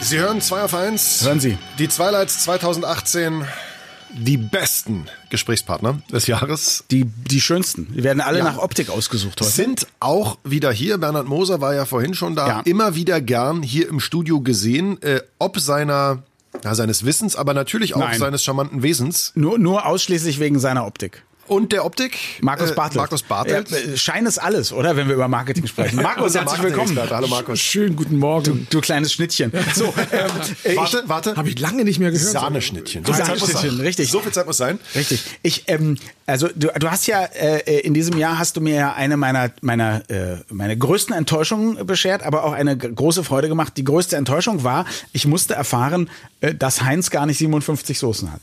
Sie hören 2 auf 1. Hören Sie. Die Twilights 2018, die besten Gesprächspartner des Jahres. Die, die schönsten. Die werden alle Ja. nach Optik ausgesucht heute. Sind auch wieder hier. Bernhard Moser war ja vorhin schon da. Ja. Immer wieder gern hier im Studio gesehen. Äh, ob seiner, ja, seines Wissens, aber natürlich auch Nein. seines charmanten Wesens. Nur, nur ausschließlich wegen seiner Optik. Und der Optik. Markus äh, Bartelt. Markus Bartelt. Ja, äh, Schein ist alles, oder? Wenn wir über Marketing sprechen. Markus, Unser herzlich willkommen. Marketing-Experte. Hallo, Markus. Schönen guten Morgen. Du kleines Schnittchen. So, ähm, äh, ich, warte, warte. Habe ich lange nicht mehr gehört. Sahneschnittchen. So viel Zeit muss Sahneschnittchen, sein. richtig. So viel Zeit muss sein. Richtig. Ich, ähm, also du, du hast ja äh, in diesem Jahr hast du mir ja eine meiner meiner äh, meine größten Enttäuschungen beschert, aber auch eine g- große Freude gemacht. Die größte Enttäuschung war, ich musste erfahren, äh, dass Heinz gar nicht 57 Soßen hat.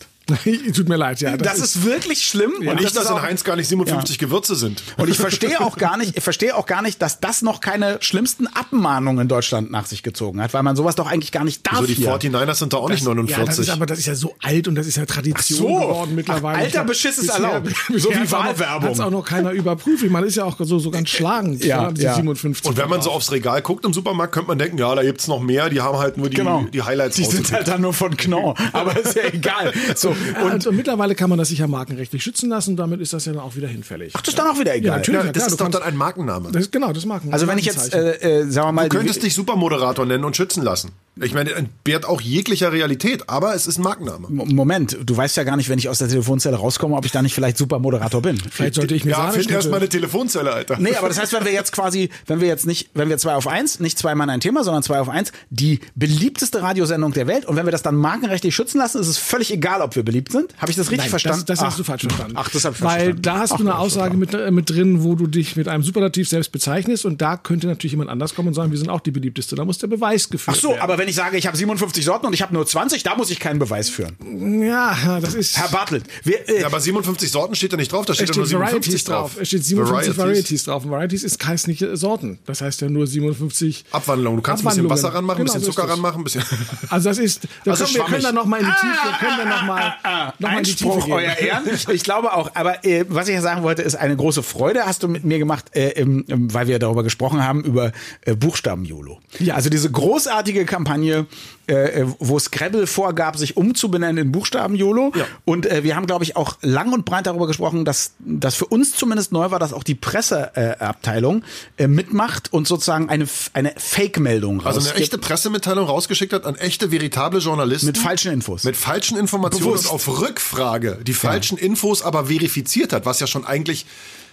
Tut mir leid, ja. Das, ist wirklich schlimm. Und das nicht, dass ist in auch- Heinz gar nicht 57 Gewürze sind. Und ich verstehe auch gar nicht, ich verstehe auch gar nicht, dass das noch keine schlimmsten Abmahnungen in Deutschland nach sich gezogen hat, weil man sowas doch eigentlich gar nicht darf. So, Also die hier. 49ers sind da auch nicht Ja, das 49. ist aber das ist ja so alt und das ist ja Tradition Ach so. geworden mittlerweile. Ach, Ich glaub, alter Beschiss ist bisher- erlaubt. bisher So wie hat's auch noch- Wahlwerbung. hat's auch noch keiner überprüft. Ich meine, das ist ja auch so sogar ein Schlagen. Ja, diese ja. 57. und wenn man so aufs Regal guckt im Supermarkt, könnte man denken, ja, da gibt's noch mehr, die haben halt nur die, Genau. die Highlights Die sind rausgepickt. halt dann nur von Knorr, aber ist ja egal. So, Ja, und also mittlerweile kann man das sich ja markenrechtlich schützen lassen. Damit ist das ja dann auch wieder hinfällig. das ist dann auch wieder Ja, egal. natürlich. Ja, ja, das klar, ist du doch kannst- dann ein Markenname. Das ist genau, das Marken. also wenn ich jetzt, Markenzeichen. äh, äh, sagen wir mal, Du könntest dich Supermoderator nennen und schützen lassen. Ich meine, entbehrt auch jeglicher Realität, aber es ist ein Markenname. M- Moment, du weißt ja gar nicht, wenn ich aus der Telefonzelle rauskomme, ob ich da nicht vielleicht Supermoderator bin. vielleicht sollte ich mir Ja, sagen, find erst mal eine Telefonzelle, Alter. Nee, aber das heißt, wenn wir jetzt quasi, wenn wir jetzt nicht, wenn wir zwei auf eins, nicht zweimal ein Thema, sondern zwei auf eins, die beliebteste Radiosendung der Welt und wenn wir das dann markenrechtlich schützen lassen, ist es völlig egal, ob wir beliebt sind. Habe ich das richtig Nein, verstanden? Das, das hast Ach. du falsch verstanden. Ach, das hab ich Weil verstanden. da hast Ach, du eine das ist Aussage mit, äh, mit drin, wo du dich mit einem Superlativ selbst bezeichnest und da könnte natürlich jemand anders kommen und sagen, wir sind auch die beliebteste. Da muss der Beweis geführt Ach so, werden. aber wenn ich sage, ich habe 57 Sorten und ich habe nur 20, da muss ich keinen Beweis führen. Ja, das ist. Herr Bartelt, wir, äh, Ja, aber 57 Sorten steht da nicht drauf, da es steht, da nur steht 57 Varieties drauf. drauf. Es steht 57 Varieties, drauf. Und Varieties ist, heißt nicht äh, Sorten. Das heißt ja nur 57. Abwandlung. Du kannst ein bisschen Abwandlungen. Wasser ranmachen, ein Genau, bisschen so ist Zucker das. ranmachen, ein bisschen. Also das ist. Da Also können, wir schwammig. können da nochmal in die Tiefe. Ah. Wir können da nochmal noch mal in die Tiefe Ah, Einspruch, gehen. euer Ehren. Ich glaube auch. Aber äh, was ich ja sagen wollte, ist eine große Freude hast du mit mir gemacht, äh, im, im, weil wir darüber gesprochen haben, über äh, Buchstaben-YOLO. Ja. Also diese großartige Kampagne, äh, äh, wo Scrabble vorgab, sich umzubenennen in Buchstaben-YOLO. Ja. Und äh, wir haben, glaube ich, auch lang und breit darüber gesprochen, dass das für uns zumindest neu war, dass auch die Presseabteilung äh, Abteilung, äh, mitmacht und sozusagen eine, F- eine Fake-Meldung Also eine rausgibt echte Pressemitteilung rausgeschickt hat an echte, veritable Journalisten. mit falschen Infos. mit falschen Informationen Bewusst. und auf Rückfrage die falschen Infos aber verifiziert hat, was ja schon eigentlich,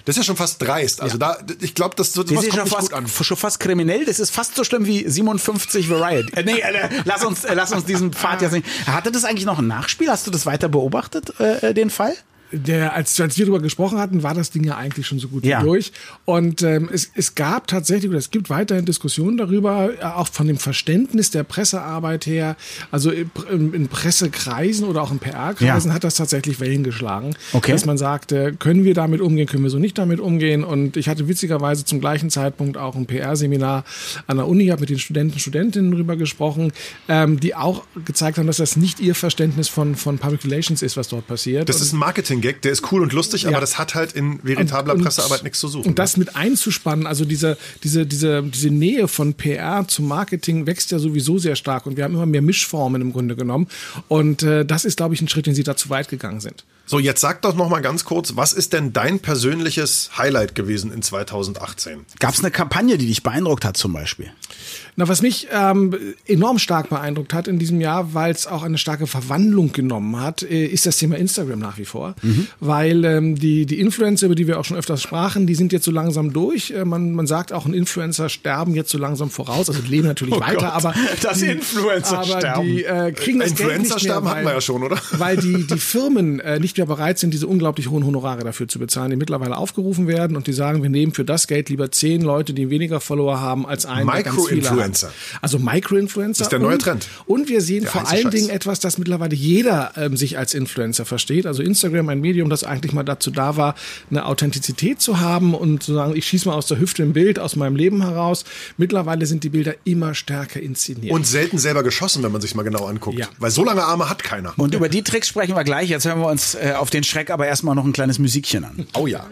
das ist ja schon fast dreist. Also da, ich glaube, das, sowas Das kommt ist schon nicht fast, gut an. schon fast kriminell. Das ist fast so schlimm wie 57 Variety. Äh, nee, äh, lass, uns, äh, lass uns diesen Pfad jetzt nicht. Hatte das eigentlich noch ein Nachspiel? Hast du das weiter beobachtet, äh, äh, den Fall? der, als, als wir darüber gesprochen hatten, war das Ding ja eigentlich schon so gut Ja. wie durch. Und ähm, es, es gab tatsächlich, oder es gibt weiterhin Diskussionen darüber, äh, auch von dem Verständnis der Pressearbeit her, also in, in Pressekreisen oder auch in PR-Kreisen Ja. hat das tatsächlich Wellen geschlagen. Okay. Dass man sagte, können wir damit umgehen, können wir so nicht damit umgehen. Und ich hatte witzigerweise zum gleichen Zeitpunkt auch ein PR-Seminar an der Uni, habe mit den Studenten, Studentinnen drüber gesprochen, ähm, die auch gezeigt haben, dass das nicht ihr Verständnis von, von Public Relations ist, was dort passiert. Das Und- ist ein Marketing-Gag, der ist cool und lustig, aber das hat halt in veritabler und- Pressearbeit nichts zu suchen. ne? Und das mit einzuspannen, also diese, diese, diese, diese Nähe von PR zum Marketing wächst ja sowieso sehr stark und wir haben immer mehr Mischformen im Grunde genommen. Und äh, das ist, glaube ich, ein Schritt, den Sie da zu weit gegangen sind. So, jetzt sag doch noch mal ganz kurz, was ist denn dein persönliches Highlight gewesen in 2018? Gab es eine Kampagne, die dich beeindruckt hat zum Beispiel? Na, was mich ähm, enorm stark beeindruckt hat in diesem Jahr, weil es auch eine starke Verwandlung genommen hat, äh, ist das Thema Instagram nach wie vor. Mhm. Weil ähm, die, die Influencer, über die wir auch schon öfters sprachen, die sind jetzt so langsam durch. Äh, man, man sagt auch, ein Influencer sterben jetzt so langsam voraus. Also die leben natürlich Oh weiter, Gott, aber das die, Influencer aber sterben. die äh, kriegen das Geld nicht mehr, Influencer-Sterben hatten weil- wir ja schon, oder? Weil die, die Firmen äh, nicht mehr bereit sind, diese unglaublich hohen Honorare dafür zu bezahlen, die mittlerweile aufgerufen werden und die sagen, wir nehmen für das Geld lieber zehn Leute, die weniger Follower haben, als einen, der ganz viele hat. Micro-Influencer. Also Microinfluencer. Ist der neue und, Trend. Und wir sehen vor heiße allen Scheiß. Dingen etwas, das mittlerweile jeder ähm, sich als Influencer versteht. Also Instagram, ein Medium, das eigentlich mal dazu da war, eine Authentizität zu haben und zu sagen, ich schieße mal aus der Hüfte ein Bild aus meinem Leben heraus. Mittlerweile sind die Bilder immer stärker inszeniert. Und selten selber geschossen, wenn man sich mal genau anguckt. Ja. Weil so lange Arme hat keiner. äh, Und über die Tricks sprechen wir gleich. Jetzt hören wir uns äh, auf den Schreck aber erstmal noch ein kleines Musikchen an. Oh ja.